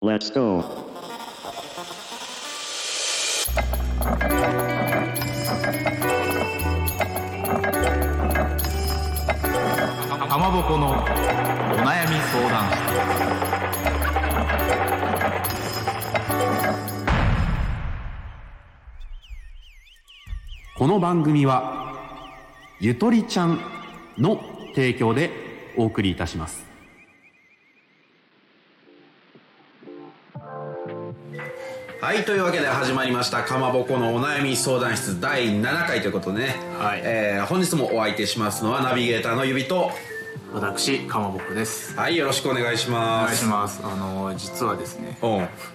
Let's go. かまぼこのお悩み相談室この番組は、ゆとりちゃんの提供でお送りいたします。はい、というわけで始まりました、かまぼこのお悩み相談室第7回ということでね、はいえー本日もお相手しますのはナビゲーターの指と、私かまぼこですはい、よろしくお願いしおま願いしす。ますあの実はですねう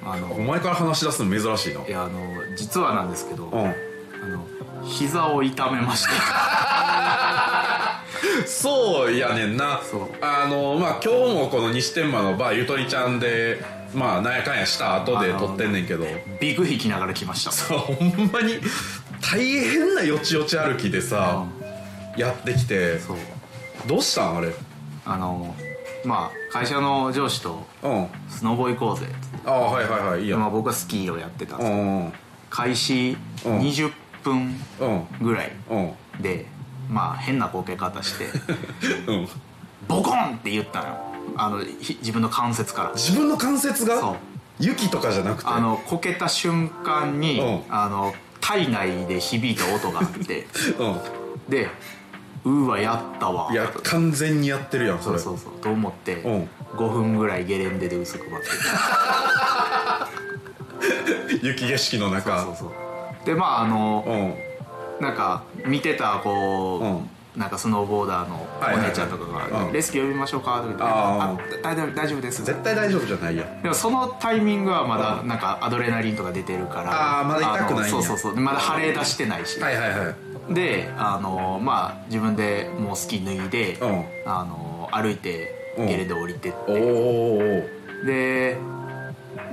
ん。あおの前から話し出すの珍しいな。いやあの実はなんですけど、うあん。の膝を痛めましたそうやねんなそう。あの、まあ、今日もこの西天満のバーゆとりちゃんで、まあ、なんやかんやした後で撮ってんねんけど、ビク引きながら来ました そうほんまに大変なよちよち歩きでさ、やってきて、そうどうしたんあれ。あのまあ会社の上司とうん。あスノボ行こうぜってあ、はいはいはい、いいや。まあ僕はスキーをやってたんうですけどんうん。開始うん20分うん。ぐらいうん。でまあ変なこけ方して うん。ボコンって言ったのよあのひ自分の関節から自分の関そ節うが雪とかじゃなくて。あのこけた瞬間に、うんあの体内で響いた音があって うでうーわやったわん。いや、完全にやってるやん、そそうれ。そうそうと思って、うん5分ぐらいゲレンデで薄くばって雪景色の中。そうそうそうでまああの、うん。なんか見てたこう、うんなんかスノーボーダーのいはいはいお姉ちゃんとかが「うんレスキュー呼びましょうか」とか言って「ああ大丈夫大丈夫です」絶対大丈夫じゃないやん。でもそのタイミングはまだうなんかアドレナリンとか出てるからあーまだ痛くなあのいんやそうそうそうでまだ腫れ出してないし、はいはいはい。であのまあ自分でもうスキー脱いで、うあの歩いてうんゲレンデ降りてって、おーおーおーで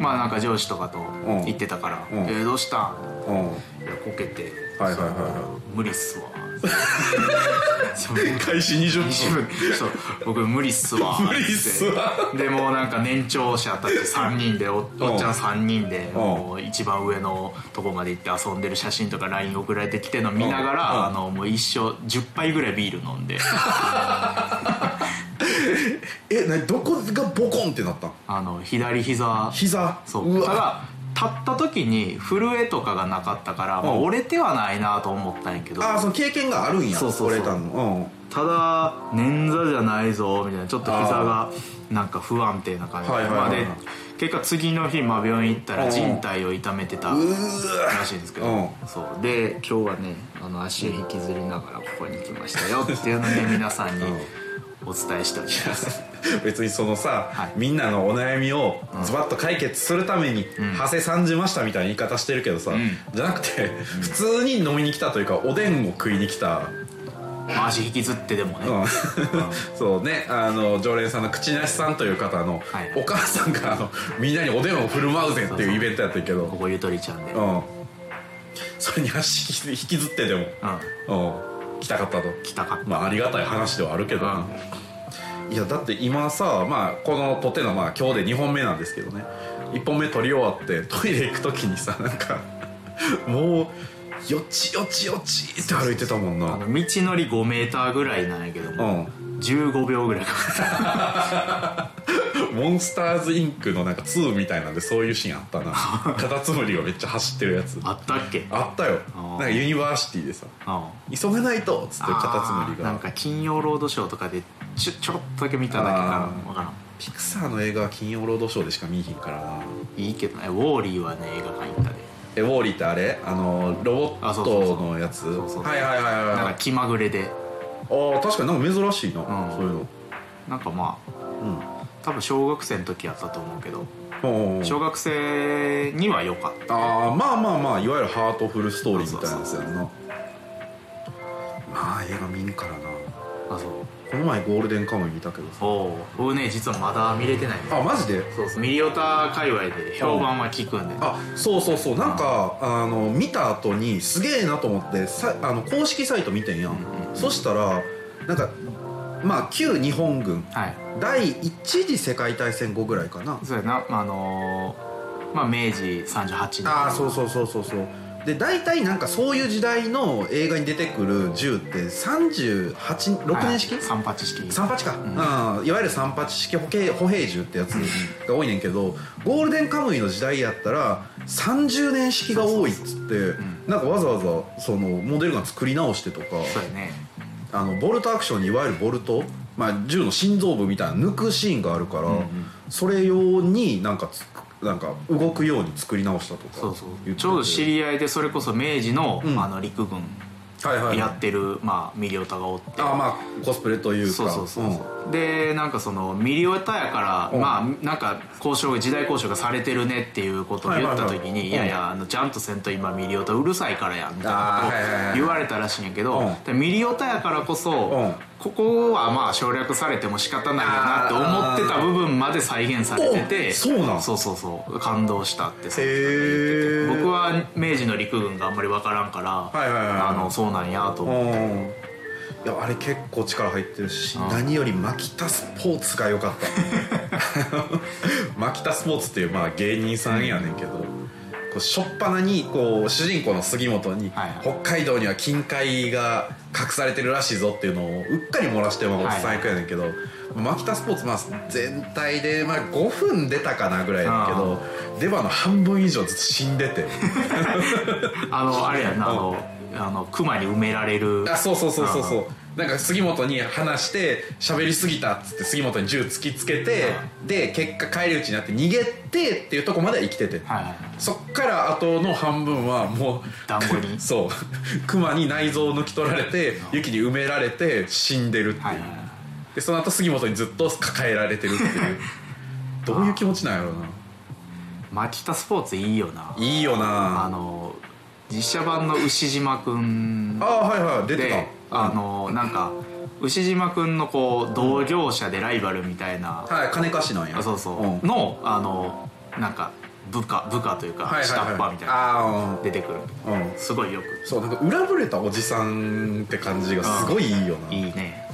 まあなんか上司とかと行ってたから「うんえーどうしたん?おーうん。」いやこけて「はいはいはいは無理っすわ」 そうい。開始20分。自分そう僕無理っすわ無理っすわでもうなんか年長者たち3人でおおっちゃん3人でもう一番上のとこまで行って遊んでる写真とか LINE 送られてきてるの見ながうんうんらあのもう一生10杯ぐらいビール飲んでえ、なにどこがボコンってなったんあの左膝膝。そうたわ。だ立った時に震えとかがなかったから、まあ、うん折れてはないなと思ったんやけどああ、その経験があるんや。そうそうそう折れたの。ただ捻挫じゃないぞみたいなちょっと膝がなんか不安定な感じではいはいまはあいはいで結果次の日、まあ、病院行ったうらん靭帯を痛めてたうん。うらーしいんですけうんどそうで今日はねあの足を引きずりながらここに来ましたよっていうので皆さんにお伝えしておきます別にそのさ、はいみんなのお悩みをズバッと解決するために「はせさんじました」みたいな言い方してるけどさ、じゃなくて、普通に飲みに来たというかおでんを食いに来た、まあ足引きずってでもね、うんそうねあの常連さんの口なしさんという方の、はいお母さんがあのみんなにおでんを振る舞うぜっていうイベントやったけどここゆとりちゃんで、うん、うん、それに足引き引きずってでも、うん、来たかったと。来たかった、まあありがたい話ではあるけど、いやだって今さ、まあ、この撮ってのはまあ今日で2本目なんですけどね1本目撮り終わってトイレ行く時にさなんかもうよちよちよちって歩いてたもんあなの道のり5メーターぐらいなんやけどうも、ん15秒ぐらいかかったモンスターズインクのなんか2みたいなんでそういうシーンあ ったなカタツムリがめっちゃ走ってるやつあったっけうんあったよあーなんかユニバーシティでさあ急がないとっつってカタツムーリなんがか金曜ロードショーとかでちょちょっとだけ見ただけかあーなわからんピクサーの映画は金曜ロードショーでしか見えひんからないいけどねウォーリーはね映画館行ったでえウォーリーってあれあのロボあそッうそうトそうのやつそうそうはいはいはいはいなんはかい気まぐれでああ確かになんか珍しいな、うんそういうのなんかまうんあ多分小学生の時やったと思うけどほうほうほう小学生には良かったああまあまあまあいわゆるハートフルストーリーみたいなやつやんなまあ映画見んからなあそうこの前ゴールデンカムイ見たけどさおう僕ね実はまだ見れてないんですあマジでそうそうミリオタ界隈で評判は聞くんであそうそうそうなんかあの見た後にすげえなと思ってさあの公式サイト見てんやん、そしたらなんかまあ旧日本軍はい第一次世界大戦後ぐらいかなそうやなあのーまあ明治38年ああそうそうそうそうそうで大体なんかそういう時代の映画に出てくる銃って386年式、はい三八式三八か、うんいわゆる三八式歩兵歩兵銃ってやつが多いねんけどゴールデンカムイの時代やったら30年式が多いっつってなんかわざわざそのモデルガン作り直してとかそうやねあのボルトアクションにいわゆるボルト、まあ、銃の心臓部みたいな抜くシーンがあるから、それ用になんかつくなんか動くように作り直したとかそうそう言っててちょうど知り合いでそれこそ明治の,、うんあの陸軍はいはいはいやってる、まあ、ミリオタがおってあーまあコスプレというかそうそうそううんそう、でなんかそのミリオタやから、うんまあなんか交渉が時代交渉がされてるねっていうことを言った時に「いはいはいはいやいやあのちゃんとせんと今ミリオタうるさいからや」みたいなことをあーはいはいはい言われたらしいんやけど、うんでミリオタやからこそ、んここはまあ省略されても仕方ないよなって思ってた部分まで再現されてておそうなんそうそうそう感動したってさへえ僕は明治の陸軍があんまり分からんから、いはいはいあのそうなんやとう思って。んいやあれ結構力入ってるし何よりマキタスポーツが良かっ たマキタスポーツっていうまあ芸人さんやねんけどこう初っ端にこう主人公の杉本にはいはい北海道には金塊が隠されてるらしいぞっていうのをうっかり漏らしてまあおっさん役やねんけどマキタスポーツまあ全体でまあ5分出たかなぐらいやねんけど出番の半分以上ずっと死んでてあのあれやんなあのあの熊に埋められるあそうそうそうそうそうなんか杉本に話して喋りすぎたっつって杉本に銃突きつけてで結果返り討ちになって逃げてっていうとこまでは生きてて、はいはいそっから後の半分はもう団子にそう熊に内臓を抜き取られて雪に埋められて死んでるっていう、はいはいでその後杉本にずっと抱えられてるっていう どういう気持ちなんやろうなマキタスポーツいいよないいよなあの実写版の牛島くんああはいはい出てでたあのなんか牛島くんのこう同業者でライバルみたいなはい金貸しなんやあそうそう、んのあのなんか部下部下というかはいはいはい下っ端みたいなあ出てくるあうんうんすごいよくそうなんか裏ぶれたおじさんって感じがすごいいいよな、いいね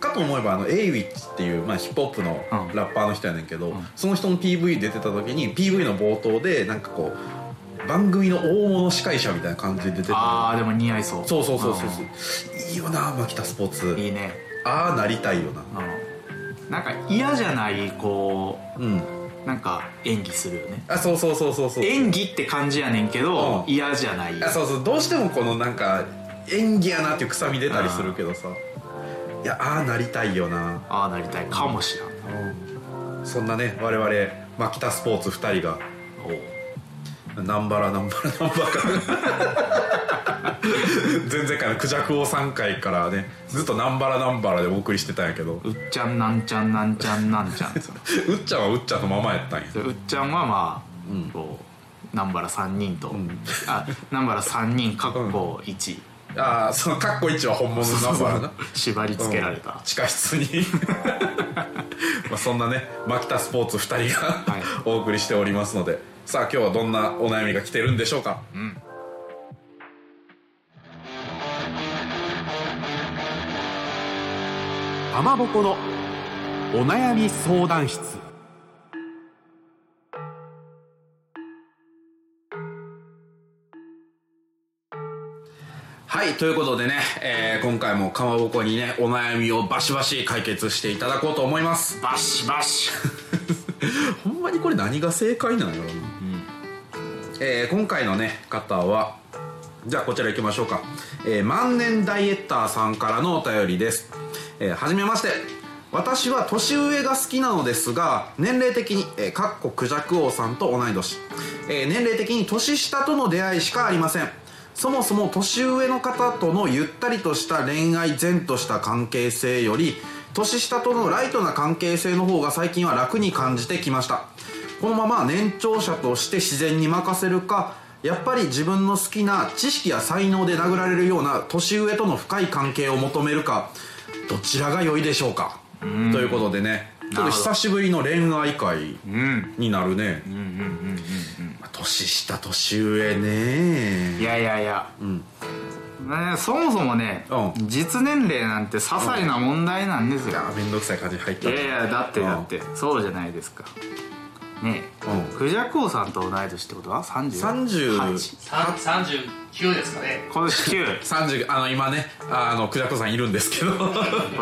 かと思えばあの a イウィッチっていう、まあ、ヒップホップのうんラッパーの人やねんけど、その人の PV 出てた時に PV の冒頭でなんかこう番組の大物司会者みたいな感じで出てたああでも似合いそうそうそうそうそうそう、いいよなマキタスポーツうんいいねああなりたいよなうんなんか嫌じゃないこうんうなんか演技するよねあそうそうそうそうそう演技って感じやねんけど、うん嫌じゃないあそうそうどうしてもこのなんか演技やなっていう臭み出たりするけどさいやああなりたいよなああなりたいかもしらんそんなね我々マキタスポーツ2人がおうナンバラナンバラナンバラ 前々回のクジャク王3回からねずっとナンバラナンバラでお送りしてたんやけどうっちゃんなんちゃんなんちゃんなんちゃ んですようっちゃんはうっちゃんのままやったんやでうっちゃんはまあ、こう南原3人と、あ南原3人かっこ1、ああそのカッコ1は本物のナンバラな縛り付けられた、うん地下室にまあそんなねマキタスポーツ2人がはいお送りしておりますのでさあ今日はどんなお悩みが来てるんでしょうかかまぼこのお悩み相談室はい、ということでね、えー今回もかまぼこにね、お悩みをバシバシ解決していただこうと思います。バシバシ ほんまにこれ何が正解なんやろな、えー今回のね方はじゃあこちら行きましょうか、えー万年ダイエッターさんからのお便りです、えーはじめまして私は年上が好きなのですが年齢的に、えーかっこクジャク王さんと同い年、えー年齢的に年下との出会いしかありませんそもそも年上の方とのゆったりとした恋愛前とした関係性より年下とのライトな関係性の方が最近は楽に感じてきましたこのまま年長者として自然に任せるかやっぱり自分の好きな知識や才能で殴られるような年上との深い関係を求めるかどちらが良いでしょうかということでねちょっと久しぶりの恋愛会になるねまあ年下年上ねいやいやいや、ねそもそもね、うん実年齢なんて些細な問題なんですよ、あ面倒くさい感じに入ったいやいやだってうんだってそうじゃないですかねえ、うんクジャクオさんと同い年ってことは38 30 39ですかね今年9 30あの今ねあのクジャクさんいるんです けど今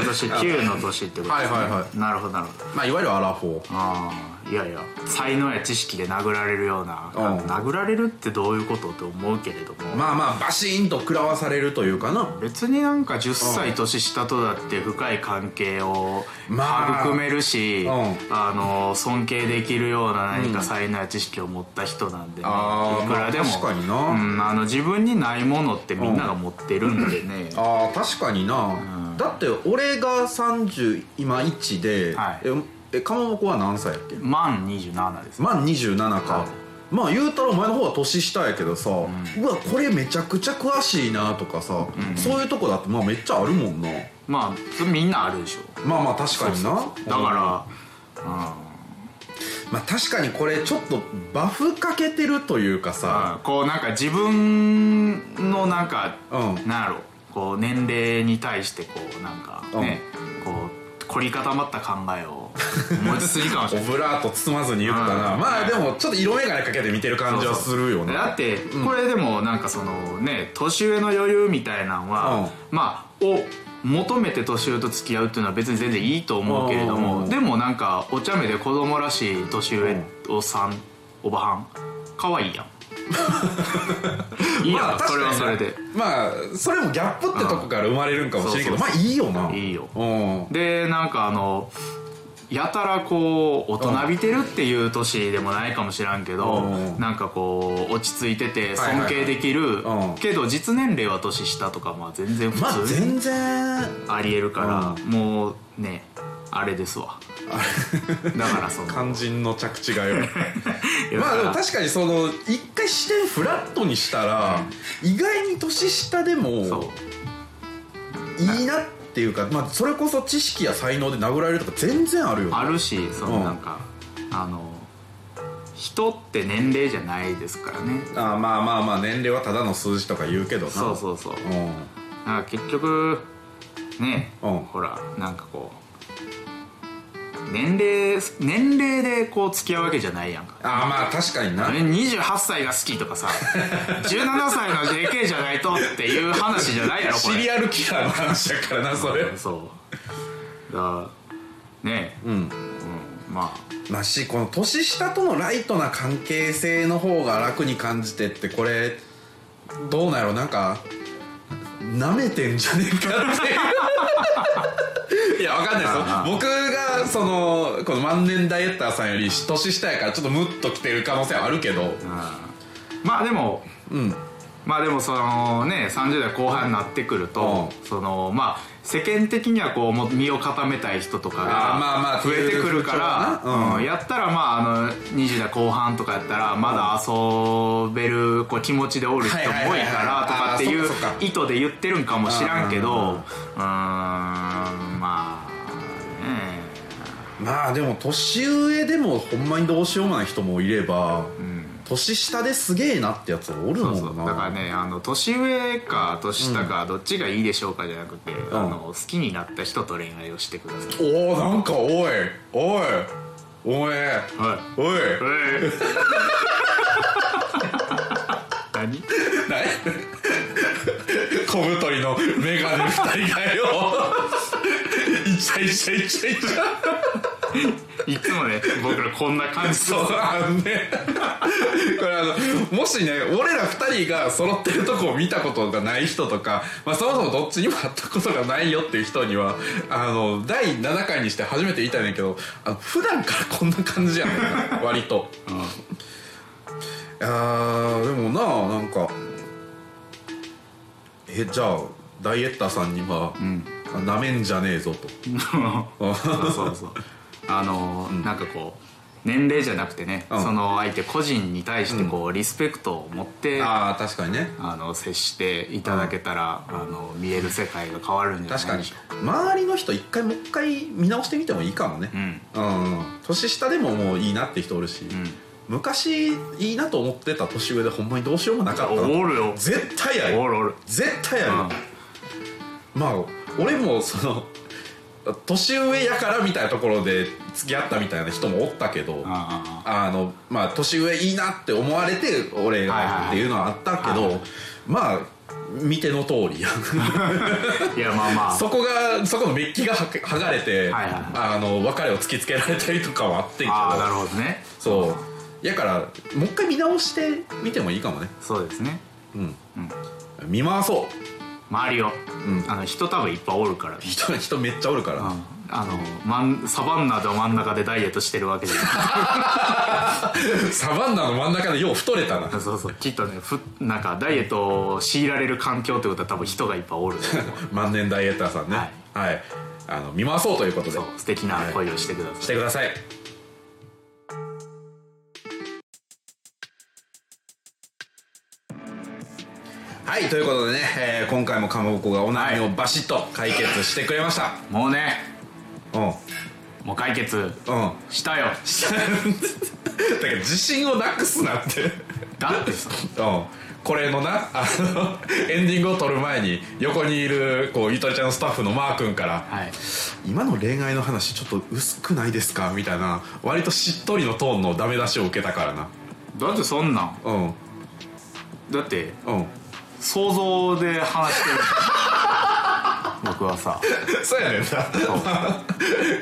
年9の年ってことですねはいはいはいなるほどなるほどまあいわゆるアラフォーああいやいや才能や知識で殴られるような、うん殴られるってどういうことって思うけれども、まあまあバシーンと食らわされるというかな別になんか10歳年下とだって深い関係をまあ育めるし、うんあの尊敬できるような何か才能や知識を持った人なんでね、あーいくらでも、まあ確かになうん、あの自分にないものってみんなが持ってるんでね、あー確かにな、だって俺が30今1で、はいええかまぼこは何歳やっけ満27です、満27か、はまあ言うたらお前の方は年下やけどさ、うわこれめちゃくちゃ詳しいなとかさ、そういうとこだってまあめっちゃあるもんなまあそれみんなあるでしょまあまあ確かになだから、まあ確かにこれちょっとバフかけてるというかさ、うんこうなんか自分のなんか、うんなんやろこう年齢に対してこうなんかね、こう凝り固まった考えを 持ちすぎかもしれオないブラート包まずに言ったな、うんまあでもちょっと色眼鏡かけて見てる感じはするよねだってこれでもなんかそのね年上の余裕みたいなのは、まあを求めて年上と付き合うっていうのは別に全然いいと思うけれどうんうんも、うんでもなんかお茶目で子供らしい年上おさん、おばはん可愛い やんいいやん、まあそれはそれでまあそれもギャップってとこから生まれるんかもしれんけど、うんそうまあいいよないいようんでなんかあのやたらこう大人びてるっていう年でもないかもしらんけど、うんなんかこう落ち着いててはいはいは尊い敬できる、うんけど実年齢は年下とかまあ全然まあ普通に全然ありえるから、もうねあれです わだからその肝心の着地が いよやまあでもだから確かにその一回視点フラットにしたら意外に年下でそうもいいなっていうか、まあ、それこそ知識や才能で殴られるとか全然あるよねあるしそうんのなんか、あの人って年齢じゃないですからねあまあまあまあ年齢はただの数字とか言うけどなそうそうそう、うんなんか結局ね、うんほらなんかこう年齢年齢でこう付き合うわけじゃないやんかあまあ確かになえ28歳が好きとかさ 17歳の JK じゃないとっていう話じゃないやろこシれリアルキラーの話やからなそれそうだからねえ、うんうんまあまあしこの年下とのライトな関係性の方が楽に感じてってこれどうなんやろなんかなめてんじゃねえかっていう いやわかんないですよ僕がそのこの万年ダイエッターさんより年下やからちょっとムッときてる可能性はあるけどまあでもうんまあでもそのね30代後半になってくると、そのまあ世間的にはこうもう身を固めたい人とかあーまあまあが増えてくるかそうら、だなうんうんやったらまああの20代後半とかやったらまだ遊べるこう気持ちでおる人もはいはい多はいいはいからとかっていあーうそっかそっか意図で言ってるんかもしらんけうんうんうんどうーんまあねまあでも年上でもほんまにどうしようもない人もいれば、年下ですげえなってやつおるもんそうそなうだからねあの年上か年下かどっちがいいでしょうかじゃなくて、あの好きになった人と恋愛をしてくださいおおなんかおいおいおいおいええ何何 小太りのメガネ二人がよ イチャイチャイチャイチャいつもね僕らこんな感じそうあのねこれあのもしね俺ら2人が揃ってるとこを見たことがない人とか、まあ、そもそもどっちにも会ったことがないよっていう人にはあの第7回にして初めて言いたいねんけどあの普段からこんな感じやねんな割と、いやーでもななんかえじゃあダイエッターさんにはな、舐めんじゃねえぞとそうそうそうあのーなんかこう年齢じゃなくてね、うんその相手個人に対してこう、リスペクトを持ってあああ確かにねの接していただけたら、あの見える世界が変わるんじゃ確なかいにでしょうか周りの人一回もう一回見直してみてもいいかもねうん、年下でももういいなって人おるし、昔いいなと思ってた年上でほんまにどうしようもなかったなおるよ絶対やるおるおる絶対やる、まあ俺もその年上やからみたいなところで付き合ったみたいな人もおったけど、ああのまあ年上いいなって思われて俺がっていうのはあったけど、まあ見ての通りやいやまあまあ そこがそこのメッキがはけ剥がれて、はいはいはいあの別れを突きつけられたりとかはあってんけどああなるほどねそうやからもう一回見直してみてもいいかもねそうですねうん、うん見回そう周りを、んあの人多分いっぱいおるから、ね人人めっちゃおるから、うんあのまんサバンナと真ん中でダイエットしてるわけじゃないサバンナの真ん中でよう太れ たなそうそうきっとねふなんかダイエットを強いられる環境ってことは多分人がいっぱいおる万年ダイエッターさんねはいはい、あの見回そうということでそう素敵な恋をしてくだしさいてくださいはいということでね、えー今回もかまぼこがお悩みをバシッと解決してくれました、もうね うもう解決んうんしたよだから自信をなくすなってだってさうんこれのなあのエンディングを撮る前に横にいるこうゆとりちゃんのスタッフのマー君からはい今の恋愛の話ちょっと薄くないですかみたいな割としっとりのトーンのダメ出しを受けたからなだってそんなんうん だってうん想像で話してる僕はさそうやねんなか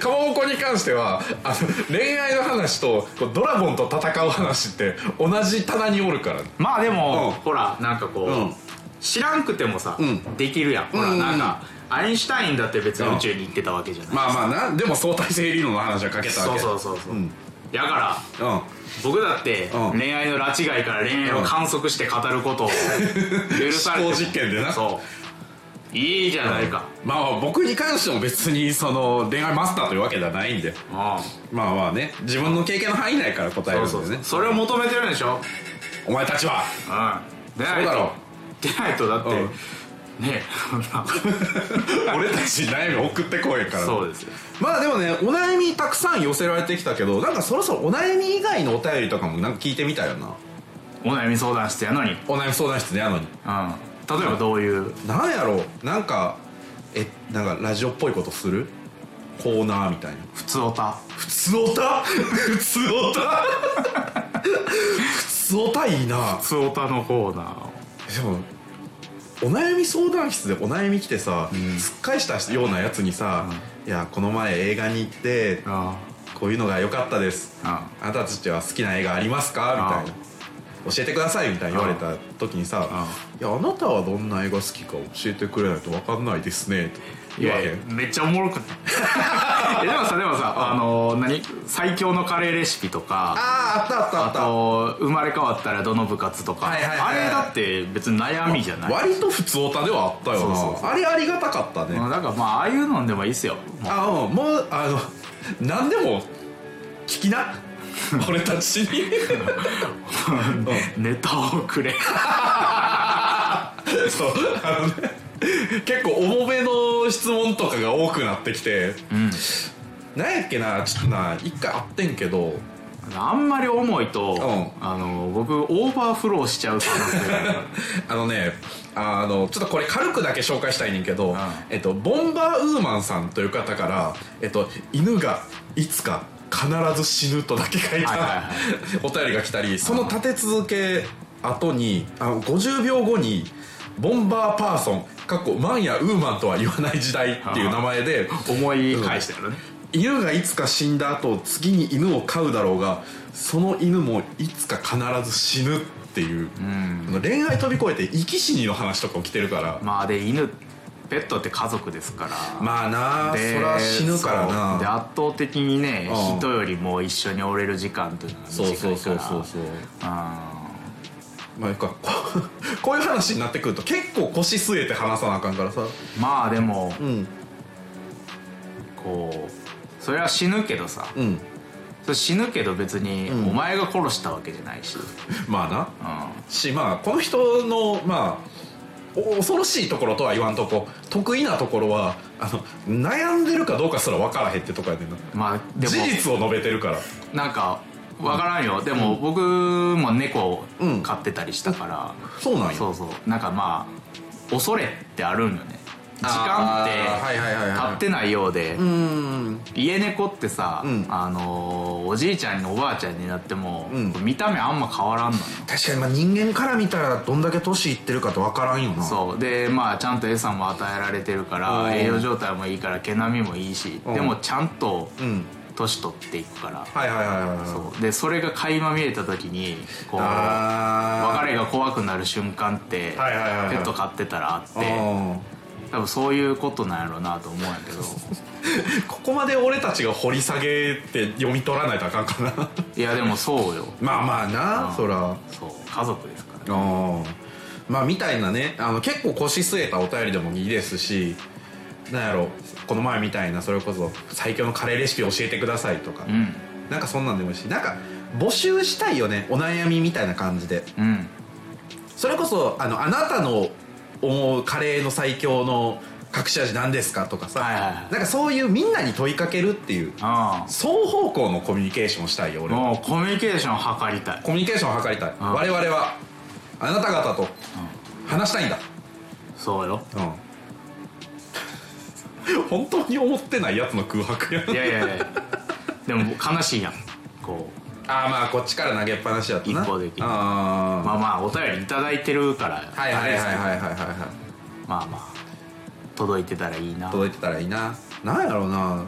まぼこに関してはあの恋愛の話とこうドラゴンと戦う話って同じ棚におるからねまあでも、うんほらなんかこう、うん知らんくてもさ、うんできるやんほら、うんうんうんなんかアインシュタインだって別に宇宙に行ってたわけじゃない、まあまあなでも相対性理論の話はかけたわそうけそうそうそう、うんだからうん僕だってうん恋愛の拉致外から恋愛を観測して語る ことを許されても思考実験でなそういいじゃないか、まあ僕に関しても別にその恋愛マスターというわけではないんでうんまあまあね自分の経験の範囲内から答えるそんうでそうねそうそれを求めてるんでしょお前た ちはうんでそなういだとろでないとだって、うん ねそんな俺たちに悩み送ってこいからそうですよまあでもねお悩みたくさん寄せられてきたけどなんかそろそろお悩み以外のお便りとかもなんか聞いてみたいよなお悩み相談室やのに、うん、例えお悩み相談室ねやのにばどういうなんやろうなんかえなんかラジオっぽいことするコーナーみたいな普通おた普通オタ 普通オタ 普通オタいいな普通おたのコーナーをでもお悩み相談室でお悩み来てさ、すっかりしたようなやつにさ「いやこの前映画に行ってあこういうのが良かったです、うんあなたたちは好きな映画ありますか?」みたいな。教えてくださいみたいに言われた時にさ「いやあなたはどんな映画好きか教えてくれないと分かんないですね」とい言わやへんいやめっちゃおもろ くないいやでもさでもさあの何最強のカレーレシピとかあああったあったああったと生まれ変わったらどの部活とか、はいはいはいあれだって別に悩みじゃない割と普通オタではあったよなそうそうそうあれありがたかったね、うんだからまあああいうのでもいいっすよもうあうんもうあの何でも聞き な俺たちにネタをくれそうあのね結構重めの質問とかが多くなってきて、なんやっけなちょっとな一回あってんけどあんまり重いと、うあの僕オーバーフローしちゃう可能性があるあのねあのちょっとこれ軽くだけ紹介したいねんけど、んえっと、ボンバーウーマンさんという方から、えっと、犬がいつか必ず死ぬとだけ書いた、はいはいはい お便りが来たりその立て続け後にあの50秒後にボンバーパーソンかっこマンやウーマンとは言わない時代っていう名前で思い返してるね、犬がいつか死んだ後次に犬を飼うだろうがその犬もいつか必ず死ぬっていう、あの恋愛飛び越えて生き死にの話とか起きてるからまあで犬ペットって家族ですからまあなあそでりゃ死ぬからそうでな圧倒的にね、うん人よりも一緒におれる時間というのが短いそかうらそうそうそうそううまあかこう こういう話になってくると結構腰据えて話さなあかんからさんまあでもうんこうそれは死ぬけどさ、うんそれ死ぬけど別にお前が殺したわけじゃないし、うまあなんしまあこの人のまあお恐ろしいところとは言わんとこ得意なところはあの悩んでるかどうかすら分からへんってとこやねんなまあでも事実を述べてるからなんか分からんよでも僕も猫を飼ってたりしたから、そうなんやそうそうなんかまあ恐れってあるんよね時間ってあーはいはいはいはい経ってないようで、うん家猫ってさ、うんあのーおじいちゃんにおばあちゃんになっても、うん見た目あんま変わらんのよ確かにまあ人間から見たらどんだけ年いってるかと分からんよなそうでまあちゃんと餌も与えられてるかうんら栄養状態もいいから毛並みもいいしうんでもちゃんとうん年取っていくからはいはいはいはいはいそうでそれが垣間見えた時にこうあー別れが怖くなる瞬間ってペはいはいはいはいット飼ってたらあってあ多分そういうことなんやろうなと思うんやけどーここまで俺たちが掘り下げて読み取らないとあかん かないやでもそうよまあまあなうんそらそう家族ですからああまあみたいなねあの結構腰据えたお便りでもいいですしなんやろこの前みたいなそれこそ最強のカレーレシピ教えてくださいとか、うんなんかそんなんでもいいしなんか募集したいよねお悩みみたいな感じでうんそれこそあのあなたの思うカレーの最強の隠し味なんですかとかさ、はいはいはいなんかそういうみんなに問いかけるっていうあ双方向のコミュニケーションをしたいよあ俺はもうコミュニケーションを図りたいコミュニケーションを図りたい、ん我々はあなた方と話したいんだ、そうようん 本当に思ってないやつの空白やいなやいやいやでも悲しいやんこうああまあこっちから投げっぱなしやったな一方的にあーまあまあお便りいただいてるからはいはいはいはいいはいはいはいまあまあ届いてたらいいな届いてたらいいななんやろうな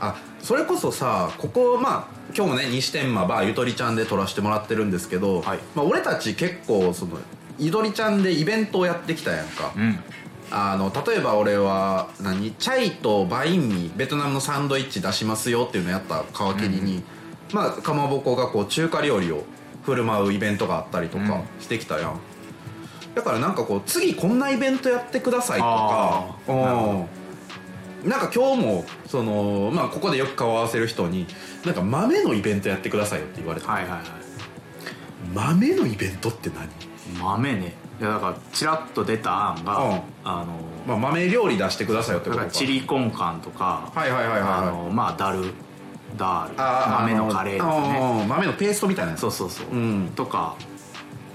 あそれこそさここまあ今日もね西天満ばゆとりちゃんで撮らせてもらってるんですけど、はいまあ、俺たち結構そのゆとりちゃんでイベントをやってきたやんか、うんあの例えば俺は何チャイとバインミーベトナムのサンドイッチ出しますよっていうのやった皮切りに、まあ、かまぼこがこう中華料理を振る舞うイベントがあったりとかしてきたやん、だからなんかこう次こんなイベントやってくださいとかあーうんなるほなんか今日もその、まあ、ここでよく顔合わせる人になんか豆のイベントやってくださいよって言われて、はいはいはい豆のイベントって何豆ねいやだからチラッと出た案が、うんあのまあ、豆料理出してくださいよってだこかとからチリコンカンとか、はいはいはいはいはいあのまあダルダールあー豆のカレーですねあー豆のペーストみたいなやつそうそうそう、うんとか、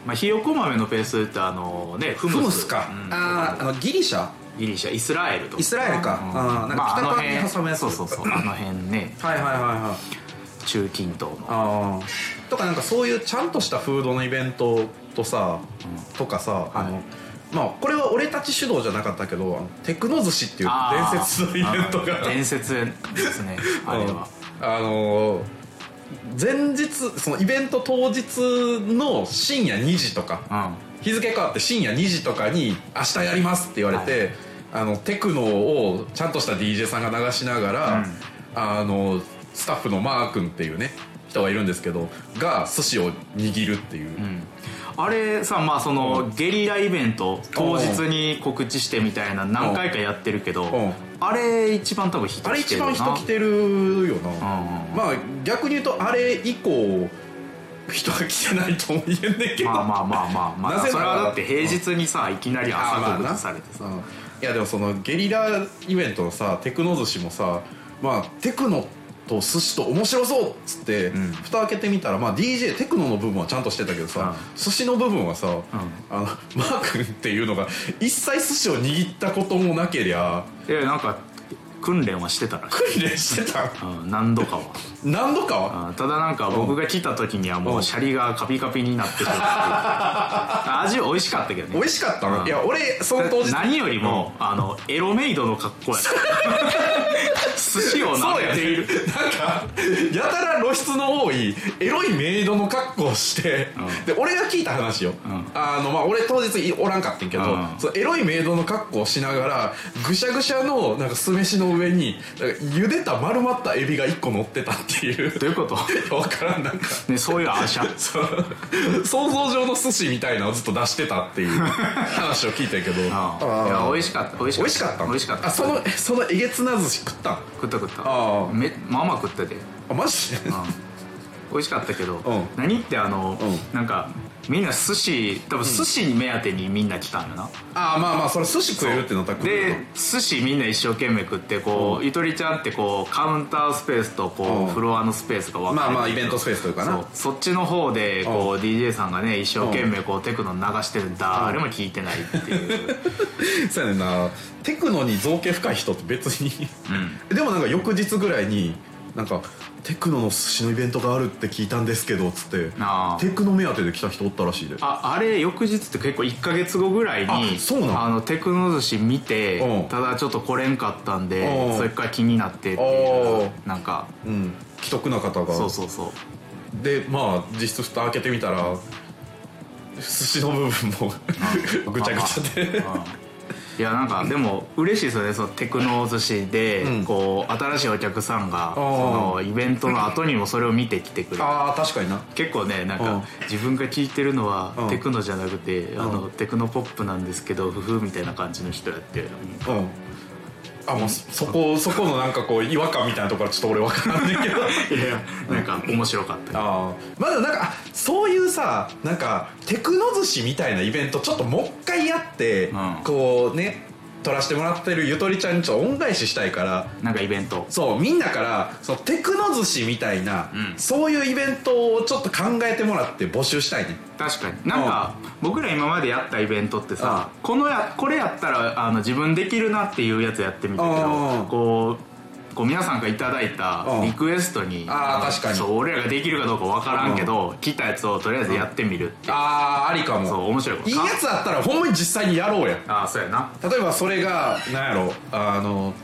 まあ、ひよこ豆のペースってあのねフムスフムスか、うんあーあのギリシャギリシャイスラエルとかイスラエルかうんあーなんかまああの北側に挟む辺やつそうそうそうあの辺ねはいはいはいはい中近東のあーとかなんかそういうちゃんとしたフードのイベントとさ、とかさ、あのまあこれは俺たち主導じゃなかったけどあのテクノ寿司っていうあー伝説のイベントがうん伝説ですねあれは うんあのー前日そのイベント当日の深夜2時とか、うん日付変わって深夜2時とかに「明日やります」って言われて、あのテクノをちゃんとした DJ さんが流しながうら、んあのスタッフのマー君っていうね人がいるんですけどが寿司を握るっていう、うんあれさまあそのゲリライベント当日に告知してみたいな何回かやってるけんどあれ一番多分人あれ来て一るよな番人来てるよな、うんうんまあ逆に言うとあれ以降人が来てないとも言えんねんけど、まあまあまあまあまあ なぜならそれはだって平日にさいきなり朝まあ告な知されてさうんいやでもそのゲリライベントのさテクノ寿司もさまあテクノと寿司と面白そうっつって、ん蓋開けてみたらまあ DJ テクノの部分はちゃんとしてたけどさ、う寿司の部分はさ、あのマー君っていうのが一切寿司を握ったこともなけりゃでなんか訓練はしてたらしい訓練してたうん何度かは何度かはあーただなんか僕が来た時にはもうシャリがカピカピになってて 味美味しかったけどね美味しかったのうんいや俺その当日何よりも、あのエロメイドの格好 やった寿司をそう舐やめねているなんかやたら露出の多いエロいメイドの格好をして、うんで俺が聞いた話よ、んあのまあ、俺当日いおらんかってんけど、うんそのエロいメイドの格好をしながらぐしゃぐしゃのなんか酢飯の上になんか茹でた丸まったエビが1個乗ってたっていう どういうこと、分からんなんかね、そういうアシャそう想像上の寿司みたいなのをずっと出してたっていう話を聞いたけど ああーいや美味しかった美美味しかった美味しかったあそのそのえげつな寿司食ったん食った食ったあーめまあまあ食ったであマジで美味しかったけど、うん何ってあの、うなんかみんな寿司多分寿司に目当てにみんな来たんだな、ああまあまあそれ寿司食えるってなったら食うでよ寿司みんな一生懸命食ってこう、ゆとりちゃんってこうカウンタースペースとこう、うんフロアのスペースが分かれてまあまあイベントスペースというかなそうそっちの方でこう、DJ さんがね一生懸命こう、テクノ流してる誰も聞いてないっていう、 そうやねんなテクノに造形深い人って別に、でもなんか翌日ぐらいになんかテクノの寿司のイベントがあるって聞いたんですけどつってあーテクノ目当てで来た人おったらしいでああれ翌日って結構1か月後ぐらいにあそうなのあのテクノ寿司見て、うんただちょっと来れんかったんで、うんそれから気になってっていうおーなんかうん既得な方がそうそうそうでまあ実質蓋開けてみたら寿司の部分も ぐちゃぐちゃでまあまあうんいやなんかでも嬉しいですよねそのテクノ寿司でうんこう新しいお客さんがそのイベントの後にもそれを見てきてくれてああ確かにな結構ねなんうんか自分が聞いてるのはうんテクノじゃなくてあのテクノポップなんですけどふふみたいな感じの人やってるのにうんあもうそそこそこのなんかこう違和感みたいなところはちょっと俺わからんねんけど いやなんか面白かったあーまだなんかあそういうさなんかテクノ寿司みたいなイベントちょっともう一回やって、うんこうね取らせてもらってるゆとりちゃんにちょっと恩返ししたいからなんかイベントそうみんなからそのテクノ寿司みたいな、うんそういうイベントをちょっと考えてもらって募集したいね確かになんか僕ら今までやったイベントってさこのやこれやったらあの自分できるなっていうやつやってみたけうんどこうこう皆さんがいただいたうんリクエストにあー確かにそう俺らができるかどうかわからんけど来たやつをとりあえずやってみるってああありかもそう面白いこといいやつだったらほんまに実際にやろうやああそうやな例えばそれがなんやろあの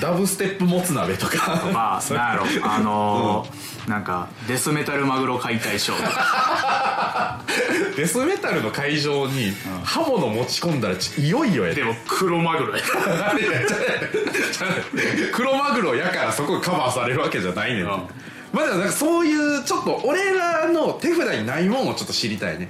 ダブステップもつ鍋と かまあなんやろあのーなんかデスメタルマグロ解体ショーとかデスメタルの会場に刃物持ち込んだらちいよいよやででも黒マグロや 黒マグロやからそこカバーされるわけじゃないねんんまあでもなんかそういうちょっと俺らの手札にないもんをちょっと知りたいね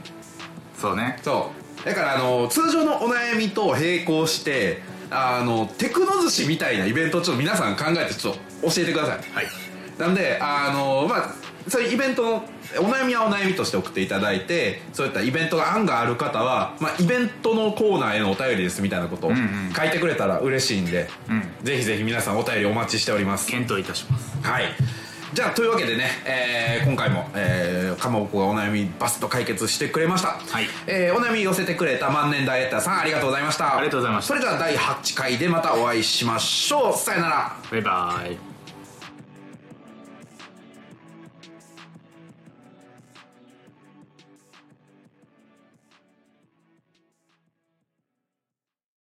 そうねそうだからあの通常のお悩みと並行してあのテクノ寿司みたいなイベントをちょっと皆さん考えてちょっと教えてくださいはいなんであのまあそういうイベントのお悩みはお悩みとして送っていただいてそういったイベントの案がある方は、まあ、イベントのコーナーへのお便りですみたいなことをんうん書いてくれたら嬉しいんで、んぜひぜひ皆さんお便りお待ちしております検討いたしますはいじゃあというわけでね、えー今回も、えー、かまぼこがお悩みバスッと解決してくれました、はいえーお悩み寄せてくれた万年ダイエッターさんありがとうございましたありがとうございましたそれでは第8回でまたお会いしましょうさよならバイバイ